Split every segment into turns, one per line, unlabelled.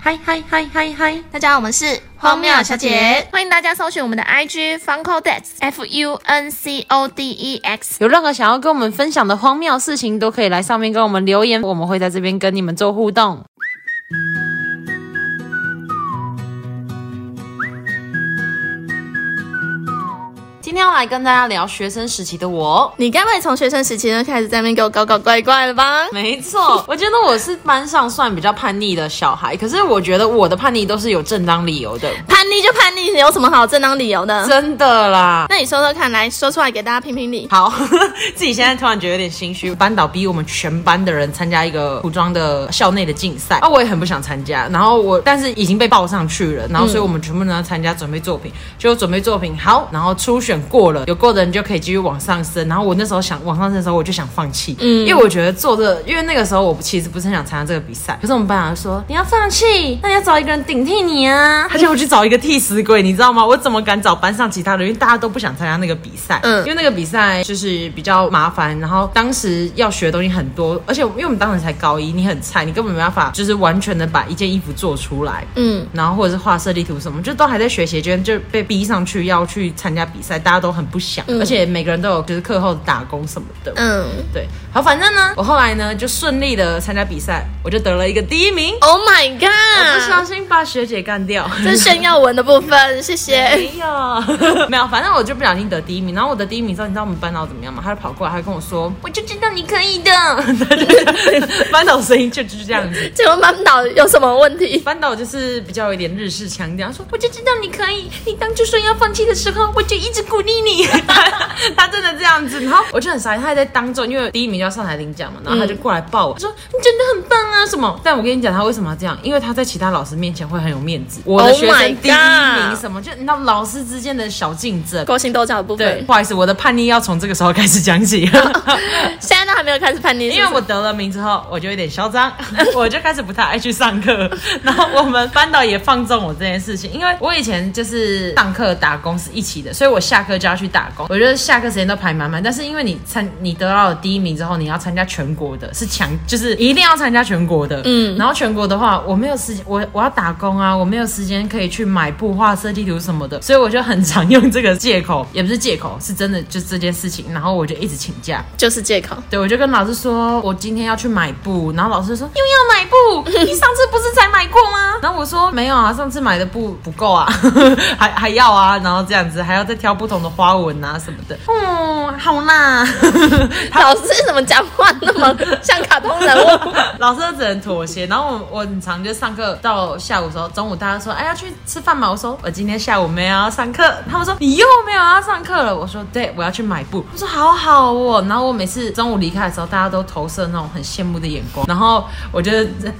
嗨嗨嗨嗨嗨！
大家好，我们是
荒谬小姐，
欢迎大家搜寻我们的 IG funcodex f u n c o d e x。
有任何想要跟我们分享的荒谬事情，都可以来上面跟我们留言，我们会在这边跟你们做互动。今天要来跟大家聊学生时期的我。
你该不会从学生时期就开始在那边给我搞搞怪怪了吧？
没错，我觉得我是班上算比较叛逆的小孩，可是我觉得我的叛逆都是有正当理由的，
叛逆就叛逆，你有什么好正当理由的？
真的啦。
那你说说看，来说出来给大家评评理。
好， 自己现在突然觉得有点心虚。班导逼我们全班的人参加一个服装的校内的竞赛，啊，我也很不想参加。然后我但是已经被报上去了，然后所以我们全部人要参加准备作品，就准备作品好，然后初选过了，有过的人就可以继续往上升。然后我那时候想往上升的时候，我就想放弃，嗯，因为我觉得做这个因为那个时候我其实不是很想参加这个比赛，可是我们班长就说你要放弃，那你要找一个人顶替你啊， 他叫我去找一个替死鬼，你知道吗？我怎么敢找班上其他人？因为大家都不想参加那个比赛，
嗯
嗯，因为那个比赛就是比较麻烦，然后当时要学的东西很多，而且因为我们当时才高一，你很菜，你根本没办法就是完全的把一件衣服做出来，
嗯，
然后或者是画设计图什么，就都还在学习阶段，就被逼上去要去参加比赛，大家都很不想，
嗯
而且每个人都有就是课后的打工什么的，
嗯
对，好，反正呢，我后来呢就顺利的参加比赛，我就得了一个第一名，
，Oh my
我不小
god，
心把学姐 干掉。
这是炫耀文的部分，谢谢。
没 有，没有，反正我就不小心得第一名。然后我得第一名之后，你知道我们班导怎么样吗？他就跑过来，他就跟我说：“我就知道你可以的。他就”班导声音就就是这样子。
请问班导有什么问题？
班导就是比较有一点日式腔调，他说我就知道你可以，你当初说要放弃的时候，我就一直鼓励你。 他他真的这样子，然后我就很傻眼，他还在当众，因为第一名要上台领奖嘛，然后他就过来抱我，他说你真的很棒啊什么。但我跟你讲，他为什么要这样？因为他在其他老师面前会很有面子。我的
Oh
学生
my
第一名
God
什么，就你知道老师之间的小竞争。
勾心斗角的部
对，
分，
不好意思，我的叛逆要从这个时候开始讲 起。
现在都还没有开始叛逆，
因为我得了名之后，我就有点嚣张， 我就开始不太爱去上课。然后我们班导也放纵我这件事情，因为我以前就是上课打工是一起的，所以我下课就要去打工。我觉得下课时间都排满满，但是因为你参你得到了第一名之后，你要参加全国的，是强，就是一定要参加全国的。嗯，然后全国的话，我没有时间，我我要打工啊，我没有时间可以去买布画、设计图什么的，所以我就很常用这个借口，也不是借口，是真的就是这件事情。然后我就一直请假，
就是借口。
对，我就跟老师说，我今天要去买布，然后老师说又要买布，你上次不是才买过吗？然后我说没有啊，上次买的布不够啊， 还还要啊，然后这样子还要再挑不同的花纹啊什么的。嗯，好啦，
老师怎么讲话那么 像卡通人物？
老师只能妥协。然后我我很常就上课到下午的时候，中午大家说哎要去吃饭嘛，我说我今天下午没有要上课，他们说你又没有要上课了，我说对，我要去买布，我说好好哦。然后我每次中午离开的时候，大家都投射那种很羡慕的眼光，然后我就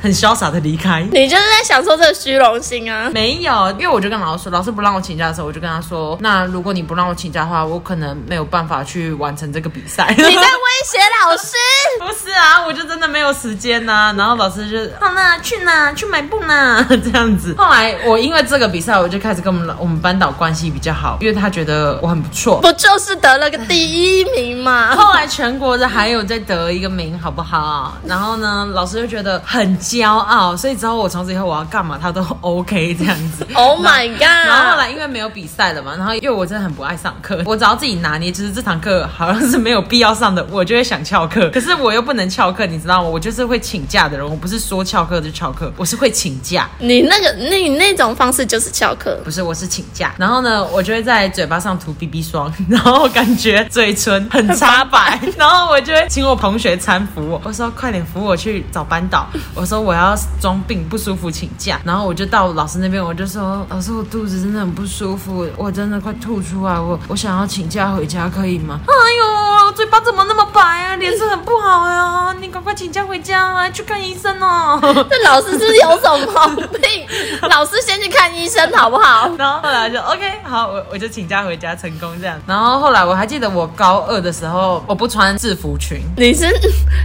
很潇洒的离开。
你就是在享受这个虚荣心啊！
没有，因为我就跟老师说，老师不让我请假的时候，我就跟他说，那如果你不让我请假的话，我可能没有办法去完成这个比赛。
你在威胁老师？
不是啊，我就真的没有时间呐、然后老师就好啦，去呐，去买布呐， 这样子。后来我因为这个比赛，我就开始跟我们老我们班导关系比较好，因为他觉得我很不错。
不就是得了个第一名吗？
后来全国的还有再得一个名，好不好？然后呢，老师就觉得很骄傲，所以之后我从此以后我要干嘛，他都 OK 这样子。
Oh my
然后后
god！
来因为没有比赛了嘛，然后因为我真的很不爱上课，我只要自己拿捏，就是这堂课好像是没有必要上的，我就会想翘课。可是我又不能翘课，你知道吗？我就是会请假的人，我不是说翘课就翘课，我是会请假。
你那个你那种方式就是翘课，
不是，我是请假。然后呢，我就会在嘴巴上涂 BB 霜， 然后感觉嘴唇很擦白， 然后我就会请我同学搀扶我。我说快点扶我去找班导，我说我要装病不舒服请假。然后我就到老师那边，我就说老师我肚子真的很不舒服，我真的快吐出来，我我想要请假回家可以吗？哎呦，嘴巴怎么那么白啊，脸色很不好呀、你赶快请假回家啊，去看医生哦。
这老师是有什么毛病？老师先去看医生好不好？
然后后来就 OK，好，我我就请假回家成功这样。然后后来我还记得我高二的时候，我不穿制服裙，
你是，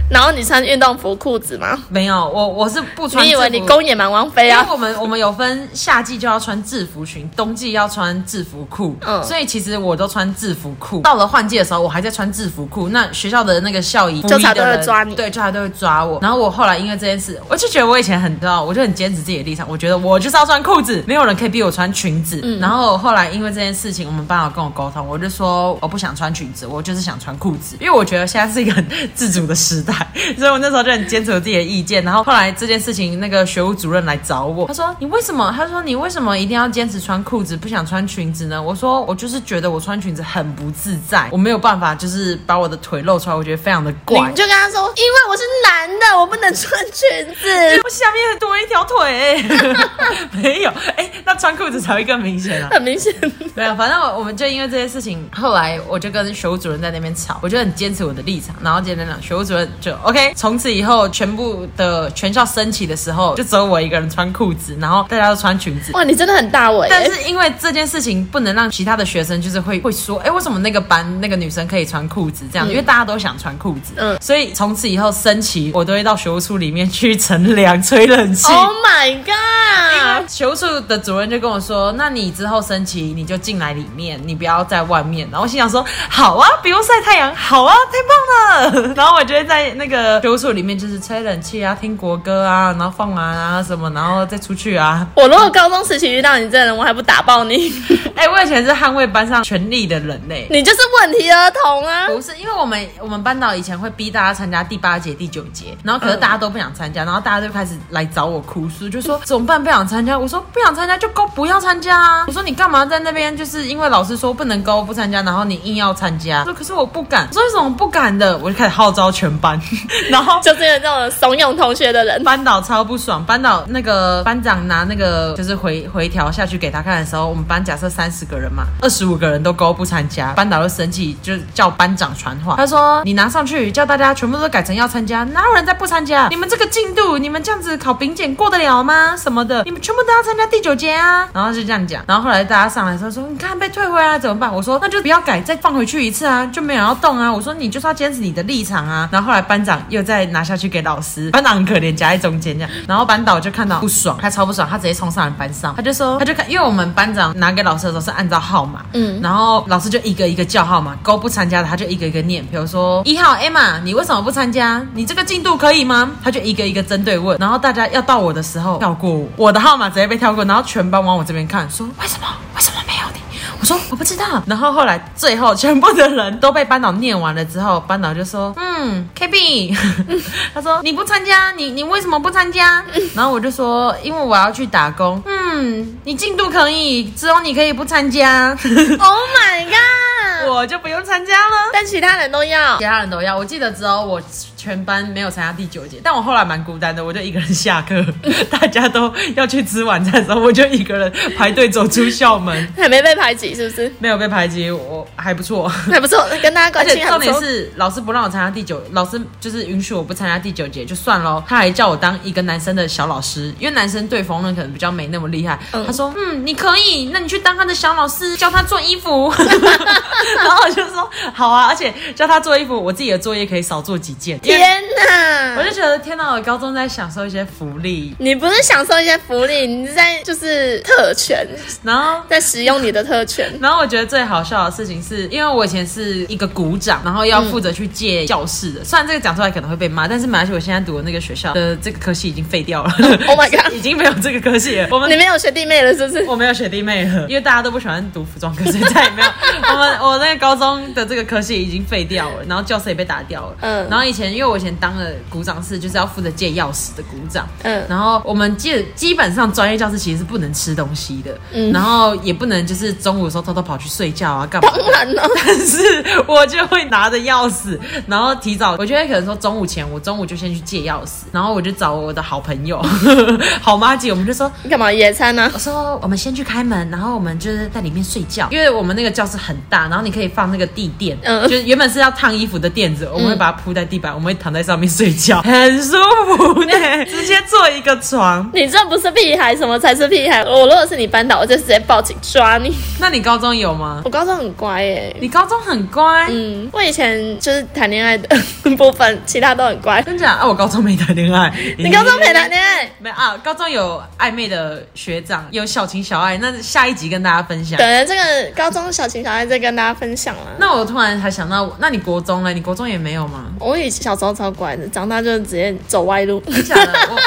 然后你穿运动服裤子吗？
没有，我我是不穿
你以
制服。
为你公野蛮王妃
因为
啊？
我们我们有分夏季就要穿制服裙，冬季要穿制服裤，
嗯
所以其实我都穿制服裤。到了换季的时候，我还在穿制服服裤，那学校的那个校医
纠察
服役的
队
人
会抓你
对，纠察队会抓我。然后我后来因为这件事，我就觉得我以前很知道，我就很坚持自己的立场，我觉得我就是要穿裤子，没有人可以逼我穿裙子。然后后来因为这件事情，我们班长跟我沟通，我就说我不想穿裙子，我就是想穿裤子，因为我觉得现在是一个很自主的时代， 所以我那时候就很坚持我自己的意见。然后后来这件事情，那个学务主任来找我，他说你为什么？他说你为什么一定要坚持穿裤子，不想穿裙子呢？我说我就是觉得我穿裙子很不自在，我没有办法就是把我的腿露出来，我觉得非常的
你
怪。
就跟他说，因为我是男的，我不能穿裙子，
我下面多一条腿、 欸，没有，哎、那穿裤子才会更明显啊。
很明显。
对啊，反正我我们就因为这件事情，后来我就跟学务主任在那边吵，我就很坚持我的立场，然后简单讲，学务主任就 OK，从此以后全部的全校升旗的时候，就只有我一个人穿裤子，然后大家都穿裙子。
哇，你真的很大伟耶，
但是因为这件事情不能让其他的学生就是会会说，哎、为什么那个班那个女生可以穿裤子这样？因为大家都想穿裤子，
嗯
嗯，所以从此以后升旗，我都会到学务处里面去乘凉、吹冷气。
Oh my
因为
god！
球处的主任就跟我说：“那你之后升旗，你就进来里面，你不要在外面。”然后我心想说：“好啊，不用晒太阳，好啊，太棒了。” 然后我就会在那个球处里面，就是吹冷气啊，听国歌啊，然后放完啊什么，然后再出去啊。
我如果高中时期遇到你这人，我还不打爆你？
哎、我以前是捍卫班上权力的人嘞、
你就是问题儿童 啊！
不是，因为我们我们班导以前会逼大家参加第八节、第九节，然后可是大家都不想参加，然后大家就开始来找我哭诉，就说怎么办？不想参加。我说不想参加就勾，不要参加啊！我说你干嘛在那边？就是因为老师说不能勾不参加，然后你硬要参加。我说可是我不敢。我说为什么不敢的？我就开始号召全班， 然后
就是有这种怂恿同学的人，
班导超不爽，班导那个班长拿那个就是回回条下去给他看的时候，我们班假设三十个人嘛，二十五个人都勾不参加，班导就生气，就叫班长传话，他说你拿上去叫大家全部都改成要参加，哪有人在不参加？你们这个进度，你们这样子考丙检过得了吗？什么的，你们全部都要参加第九节啊，然后就这样讲，然后后来大家上来的时候说你看被退回来怎么办？我说那就不要改，再放回去一次啊，就没有人要动啊，我说你就是要坚持你的立场啊，然后后来班长又再拿下去给老师，班长很可怜夹在中间这样，然后班导就看到不爽，他超不爽，他直接冲上来班上，他就说他就看，因为我们班长拿给老师的时候是按照号码，嗯，然后老师就一个一个叫号码，勾不参加的他就一个一个念，比如说一号 Emma，你为什么不参加？你这个进度可以吗？他就一个一个针对问，然后大家要到我的时候跳过我，我的号码直接被跳过，然后全班往我这边看，说为什么为什么没有你？我说我不知道。然后后来最后全部的人都被班导念完了之后，班导就说：“嗯，KB，他 说你不参加，你你为什么不参加？” 然后我就说：“因为我要去打工。”嗯，你进度可以，只有你可以不参加，
Oh my god！
我就不用参加了。
但其他人都要
其他人都要，我记得只有我全班没有参加第九节，但我后来蛮孤单的，我就一个人下课， 大家都要去吃晚餐的时候，我就一个人排队走出校门，
还没被排挤，是不是？
没有被排挤，我还不错。
还不错，跟大家
而
关
且
系还
重
不
点
错。
是，老师不让我参加第九，老师就是允许我不参加第九节就算喽，他还叫我当一个男生的小老师，因为男生对缝纫可能比较没那么厉害。他说：“嗯，你可以，那你去当他的小老师，教他做衣 服。”然后我就说：“好啊，而且教他做衣服，我自己的作业可以少做几件。”因为
天哪！
我就觉得天哪，我高中在享受一些福利，
你不是享受一些福利，你是在就是特权，
然后
在使用你的特权。
然后我觉得最好笑的事情是，因为我以前是一个股长，然后要负责去借教室
嗯
的。虽然这个讲出来可能会被骂，但是马来西亚我现在读的那个学校的这个科系已经废掉了
Oh my god
已经没有这个科系了。我们
你没有学弟妹了，是不是？
我没有学弟 妹了，因为大家都不喜欢读服装科，所以再也没有。我们我那个高中的这个科系已经废掉了，然后教室也被打掉了。
嗯
嗯，然后以前因为我以前当了股长是就是要负责借钥匙的股长，
嗯
然后我们基基本上专业教室其实是不能吃东西的，
嗯
然后也不能就是中午的时候偷偷跑去睡觉啊干嘛
当
的。
然了，
但是我就会拿着钥匙，然后提早，我觉得可能说中午前，我中午就先去借钥匙，然后我就找我的好朋友、 好妈姐，我们就说
你干嘛野餐啊呢、
我说我们先去开门，然后我们就是在里面睡觉，因为我们那个教室很大，然后你可以放那个地垫，
嗯
就是原本是要烫衣服的垫子，我们会把它铺在地板，我们会躺在上面睡 觉，很舒服呢、直接做一个床。
你这不是屁孩，什么才是屁孩？我如果是你班导，我就直接报警抓你。
那你高中有吗？
我高中很乖耶、
你高中很乖，
嗯，我以前就是谈恋爱的部分，其他都很乖。
真假？啊，我高中没谈恋爱。
你高中没谈恋爱？
没啊，高中有暧昧的学长，有小情小爱，那下一集跟大家分享。
等这个高中小情小爱再跟大家分享啦。
那我突然还想到，那你国中呢？你国中也没有吗？
我以前小时候超乖的，长大就直接走歪 路。
真假的？我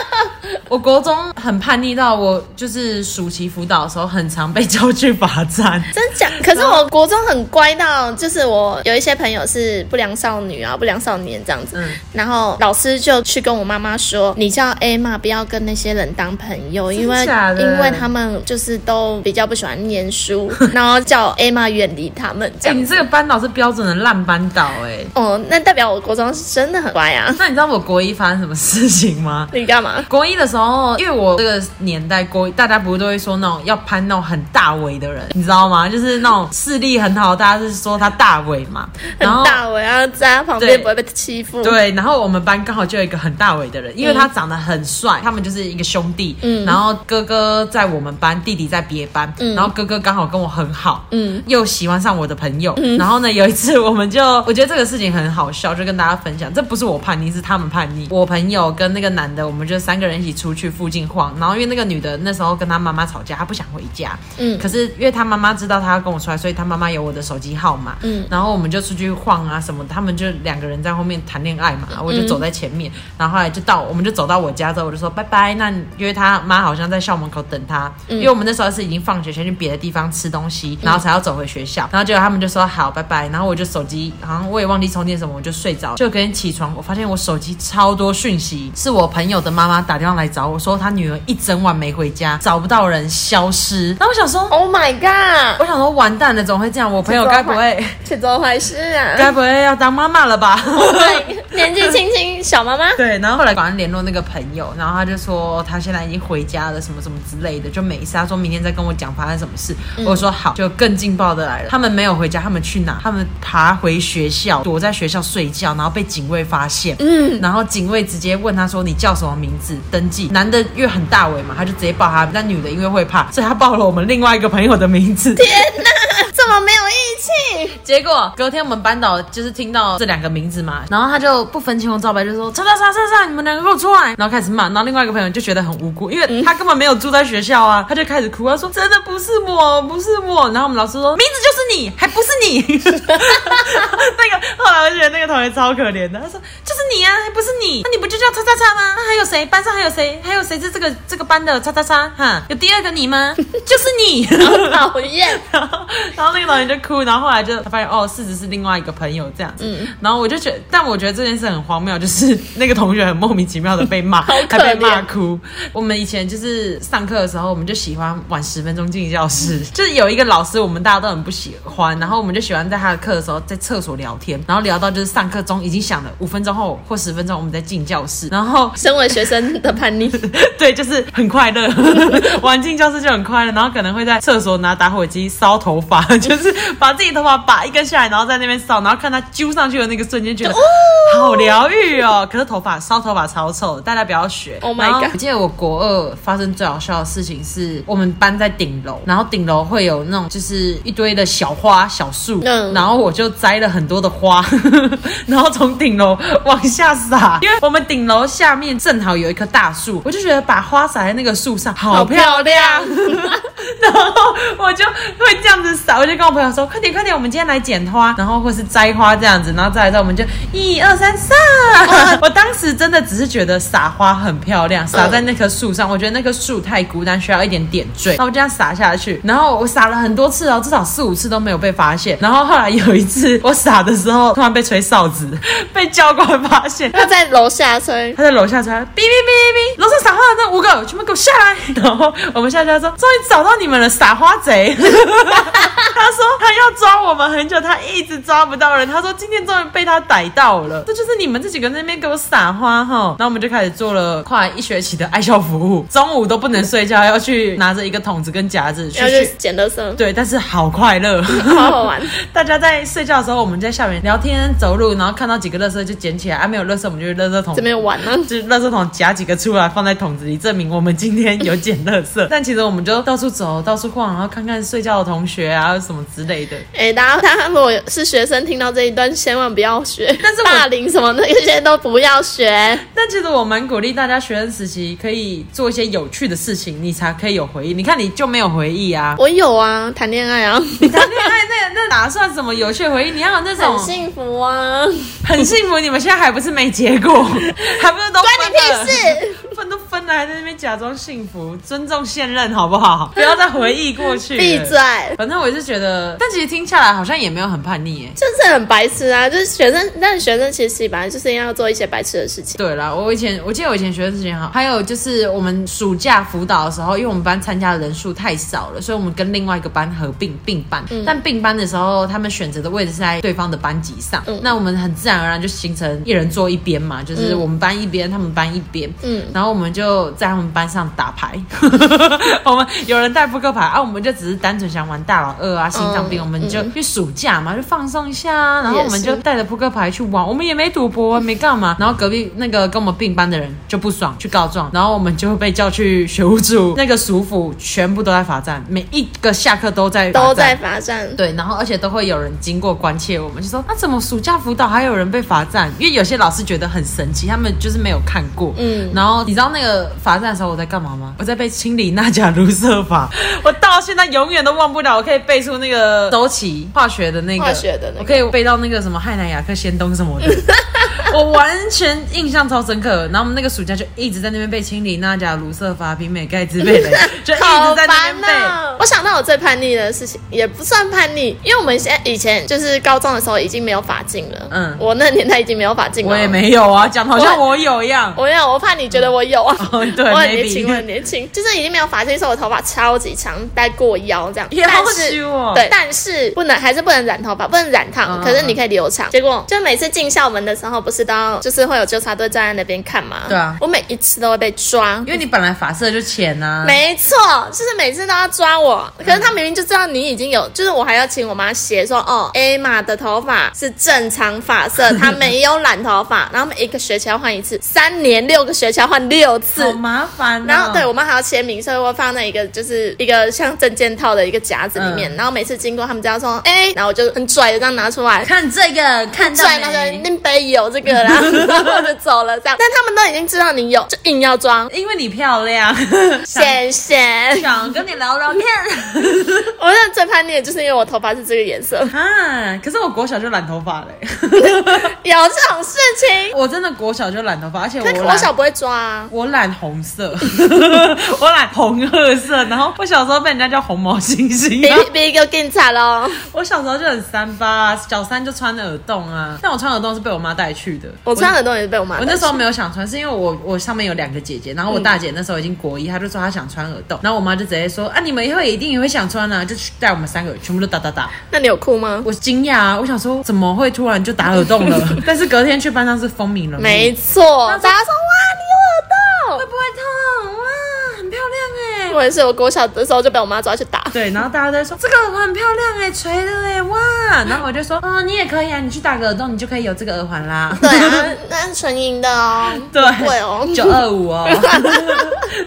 我国中很叛逆到我就是暑期辅导的时候，很常被叫去罚站。
真假？可是我国中很乖到，就是我有一些朋友是不良少女啊、不良少年这样子，
嗯
然后老师就去跟我妈妈说，你叫 A 嘛，不要跟那些人当朋友，因为
真假的
因为他们就是都比较不喜欢念 书，然后叫 A 嘛远离他们这
哎、
样。
你这个班导是标准的烂班导哎、
哦，那代表我国中是真的很乖啊！
那你知道我国一发生什么事情吗？
你干嘛？
国一的时候，因为我这个年代，国一大家不是都会说那种要攀那种很大尾的人，你知道吗？就是那种视力很好，大家是说他大尾嘛。
很
然后
大，我要在他旁
对
边不会被欺负。
对，然后我们班刚好就有一个很大尾的人，因为他长得很帅，他们就是一个兄弟。
嗯
然后哥哥在我们班，弟弟在别班。
嗯
然后哥哥刚好跟我很好，
嗯，
又喜欢上我的朋友。然后呢，有一次我们就， 我觉得这个事情很好笑，就跟大家分享。这不是我叛逆，是他们叛逆。我朋友跟那个男的，我们就三个人一起出去附近晃。然后因为那个女的那时候跟她妈妈吵架，她不想回家。
嗯
可是因为她妈妈知道她要跟我出来，所以她妈妈有我的手机号码。
嗯
然后我们就出去晃啊什么，他们就两个人在后面谈恋爱嘛，我就走在前面，然后后来就到，我们就走到我家之后，我就说拜拜。那你因为他妈好像在校门口等他，因为我们那时候是已经放学先去别的地方吃东西，然后才要走回学校，然后结果他们就说好拜拜，然后我就手机好像我也忘记充电什么，我就睡着，就隔天起床，我发现我手机超多讯息，是我朋友的妈妈打电话来找我说她女儿一整晚没回家，找不到人，消失。那我想说。
，Oh my god！
我想说，完蛋了，怎么会这样？我朋友该不会
去做坏事啊！
该不会要当妈妈了吧？
对，年纪轻轻小妈妈。
对，然后后来反正联络那个朋友，然后他就说他现在已经回家了，什么什么之类的，就没事。他说明天再跟我讲发生什么事。我说好，就更劲爆的来了。他们没有回家，他们去哪？他们爬回学校，躲在学校睡觉，然后被警卫发现。
嗯，
然后警卫直接问他说：“你叫什么名字？登记。”男的因为很大尾嘛，他就直接报他。但女的因为会怕，所以他报了我们另外一个朋友的名字。
这么没有义气？
结果隔天我们班导就是听到这两个名字嘛，然后他就不分青红皂白，就说叉叉叉叉叉，你们两个给我出来，然后开始骂。然后另外一个朋友就觉得很无辜，因为他根本没有住在学校啊，他就开始哭，他说真的不是我，不是我。然后我们老师说名字就是你，还不是你。那个后来我就觉得那个同学超可怜的，他说就是你啊，还不是你，那你不就叫叉叉叉吗？啊那还有谁？班上还有谁？还有谁是这个这个班的叉叉叉？哈，有第二个你吗？就是你。
讨厌，
然后然后那个老人就哭，然后后来就发现哦，事实是另外一个朋友这样子。
嗯
然后我就觉得，但我觉得这件事很荒谬，就是 那个同学很莫名其妙的被骂，
可
还
怜
被骂哭。我们以前就是上课的时候，我们就喜欢晚十分钟进教
嗯
室，就是有一个老师，我们大家都很不喜欢，然后我们就喜欢在他的课的时候在厕所聊天，然后聊到就是上课钟已经响了，五分钟后或十分钟我们再进教室，然后
身为学生的叛 逆，
对，就是很快乐， 玩进教室就很快乐，然后可能会在厕所拿打火机烧头发， 就是把自己头发拔一根下来，然后在那边烧，然后看它揪上去的那个瞬间，觉得
哦
好疗愈哦。可是头发烧头发超臭，大家不要学。
Oh my
然后
God
我记得我国二发生最好笑的事情是，我们班在顶楼，然后顶楼会有那种就是一堆的小花小树，
嗯
然后我就摘了很多的花， 然后从顶楼往下撒，因为我们顶楼下面正好有一棵大树，我就觉得把花撒在那个树上好漂亮， 然后我就会这样子撒，我就跟我朋友说，快点快点，我们今天来捡花，然后或是摘花这样子，然后再来之后我们就一二三撒， 我当时真的只是觉得撒花很漂亮，撒在那棵树上，我觉得那棵树太孤单，需要一点点缀，那我就这样撒下去，然后我撒了很多次哦，至少四五次都没有被发现，然后后来有一次我撒的时候突然被吹哨子， 被教官发现，
他在楼下吹，
他在楼下说：“哔哔哔哔哔，楼上撒花的那五个全部给我下来。”然后我们下去他说：“终于找到你你们了，撒花贼！他说他要抓我们很久，他一直抓不到人。他说今天终于被他逮到了，这就是你们这几个在那边给我撒花哈。然后我们就开始做了快一学期的爱笑服务，中午都不能睡觉，要去拿着一个桶子跟夹子去
然后就
去。
捡垃圾，
对，但是好快乐，
好好 玩。
大家在睡觉的时候，我们在校园聊天、走路，然后看到几个垃圾就捡起来，啊，没有垃圾我们就去垃圾桶
这边玩呢、
就是垃圾桶夹几个出来放在桶子里，证明我们今天有捡垃圾。 但其实我们就到处走、到处晃，然后看看睡觉的同学啊什么之类的。
哎、大家，大家如果是学生，听到这一段千万不要学，
但是我
霸凌什么那些都不要学。！
但其实我蛮鼓励大家学生时期可以做一些有趣的事情，你才可以有回忆。你看你就没有回忆啊
我有啊，谈恋爱 啊，
你谈恋爱那那哪算什么有趣的回忆？你要有那种
很幸福啊，
很幸福，你们现在还不是没 结果，还不是都
关
分了
你屁事！
分都分了，还在那边假装幸福，尊重现任好不好？不要再回忆过去 了。
闭嘴。
反正我是觉得，但其实听下来好像也没有很叛逆耶。
就是很白痴啊！就是学生，但学生其实本来就是要做一些白痴的事情。
对啦，我以前我记得我以前学生时间好，还有就是我们暑假辅导的时候，因为我们班参加的人数太少了，所以我们跟另外一个班合并并班。
嗯
但并班的时候，他们选择的位置是在对方的班级上，
嗯
那我们很自然而然就形成一人坐一边嘛，就是我们班一边，他们班一边。
嗯
然后我们就在他们班上打牌， 我们有人带扑克牌啊，我们就只是单纯想玩大老二啊、心脏病，
嗯
我们就去暑假嘛，就放松一下啊，然后我们
也
就是带着扑克牌去玩，我们也没赌博，没干嘛。然后隔壁那个跟我们并班的人就不爽，去告状，然后我们就被叫去学务处，那个署府全部都在罚站，每一个下课都在罚
都在
站。
罚站，
对，然后而且都会有人经过关切我们，就说啊，怎么暑假辅导还有人被罚站？因为有些老师觉得很神奇，他们就是没有看过。嗯
嗯，
然后你知道那个罚站的时候我在干嘛吗？我在背清理纳贾卢瑟法，我到现在永远都忘不了。我可以背出那个周期化学的那个，
化学的那个
我可以背到那个什么氦南雅克先东什 么的。我完全印象超深刻，然后我们那个暑假就一直在那边背清理纳贾卢瑟法、比美盖茨 贝雷，就一
好
直在那
烦哦
边背。
呐、我想到我最叛逆的事情，也不算叛逆，因为我们现在以前就是高中的时候已经没有法禁了。
嗯
嗯，我那年代已经没有法禁了。
我也，没有啊，讲得好像我有一样。
我有，我怕你觉得我有啊。
哦对
我很
maybe
年轻，我很年轻，就是已经没有法禁，所以我头发超级长，大概过腰这样。
要
但是
修哦
对，但是不能，还是不能染头发，不能染烫，
嗯
可是你可以留长。结果就每次进校门的时候，不是都要就是会有纠察队站在那边看嘛？
对啊
我每一次都会被抓，
因为你本来发色就浅呐、啊，
没错，就是每次都要抓我，
嗯
可是他明明就知道你已经有，就是我还要请我妈写说，哦，A 玛的头发是正常发色，她没有染头 发，然后每一个学期要换一次，三年六个学期要换六次。
好麻烦、哦。
然后对我妈还要签名，所以我放在一个就是一个像证件套的一个夹子里
嗯
面。然后每次经过他们家说，哎、然后我就很拽的这样拿出来，
看这个，看到
拽那个
没？
那杯有 这个啦，然后我就走了这样。但他们都已经知道你有，就硬要装，
因为你漂 亮，想
谢谢。
想跟你聊聊天
我现在最叛逆的就是因为我头发是这个颜色，
啊。可是我国小就染头发嘞，
有这种事情？
我真的国小就染头发，而且我
但
染
我小不会抓啊。
我染红色， 我染红褐色，然后我小时候被人家叫红毛猩猩，
别
然后
别给我警察喽！
我小时候就很三八、啊，小三就穿耳洞啊，但我穿耳洞是被我妈带去的，
我穿耳洞也是被我妈带
我
去。
那时候没有想穿，是因为我我上面有两个姐姐，然
嗯
后我大姐那时候已经国一，她就说她想穿耳洞，然后我妈就直接说啊，你们以后也一定也会想穿啊，就去带我们三个全部都打打打。
那你有哭吗？
我惊讶啊，我想说怎么会突然就打耳洞 了？但是隔天去班上是风靡了，
没
会
错，大家说哇，你有耳洞。
不会痛？哇，很漂亮哎、
我也是，我国小的时候就被我妈抓去打。
对，然后大家都在说这个很漂亮哎、垂的哎、哇，然后我就说，哦，你也可以啊，你去打个耳洞，你就可以有这个耳环啦。
对啊，
嗯
那是纯银的哦。
对，
贵哦。
九二 五哦，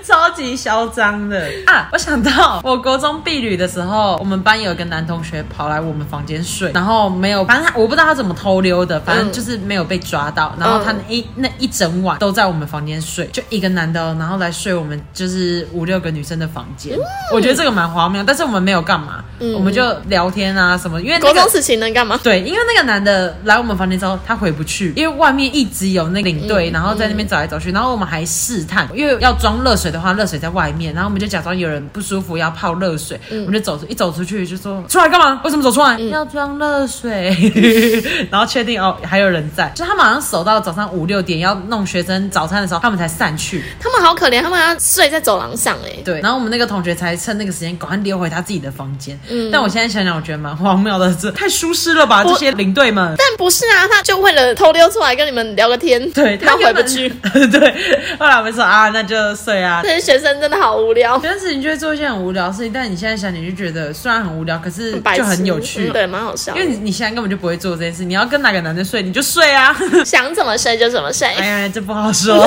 超级嚣张的啊！我想到我国中避旅的时候，我们班有一个男同学跑来我们房间睡，然后没有，反正他我不知道他怎么偷溜的，反
嗯
正就是没有被抓到。然后他那一那一整晚都在我们房间睡，就一个男的哦，
嗯
然后来睡我们就是五六个女生的房间。我觉得这个蛮荒谬，但是我们没有干嘛。我们就聊天啊什么，因为那
国
个
中时期能干嘛？
对，因为那个男的来我们房间之后，他回不去，因为外面一直有那个领队，然后在那边走来走去，然后我们还试探，因为要装热水的话，热水在外面，然后我们就假装有人不舒服要泡热水，我们就走出一走出去就说出来干嘛？为什么走出来？要装热水， 然后确定哦还有人在，就他们好像守到早上五六点要弄学生早餐的时候，他们才散去。
他们好可怜，他们要睡在走廊上哎、欸。
对，然后我们那个同学才趁那个时间赶快溜回他自己的房间。嗯，但我现在想想，我觉得蛮荒谬的，这太疏失了吧？这些领队们。
但不是啊，他就为了偷溜出来跟你们聊个天，
对
他回不去。。
原本 对，后来我们说啊，那就睡啊。
那些学生真的好无聊，
有的事情就会做一些很无聊的事情，但你现在想，你就觉得虽然很无聊，可是
很白痴
就很有趣
嗯。对，蛮好笑
因。为你你现在根本就不会做这件事，你要跟哪个男的睡你就睡 啊！
想怎么睡就怎么睡。
哎呀，这不 好说。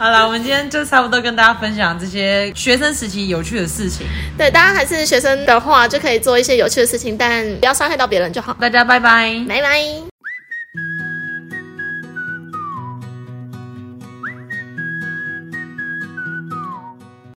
好了，我们今天就差不多跟大家分享这些学生时期有趣的事情，
对，大家还是学生的话，就可以做一些有趣的事情，但不要伤害到别人就好。
大家拜拜。
拜拜。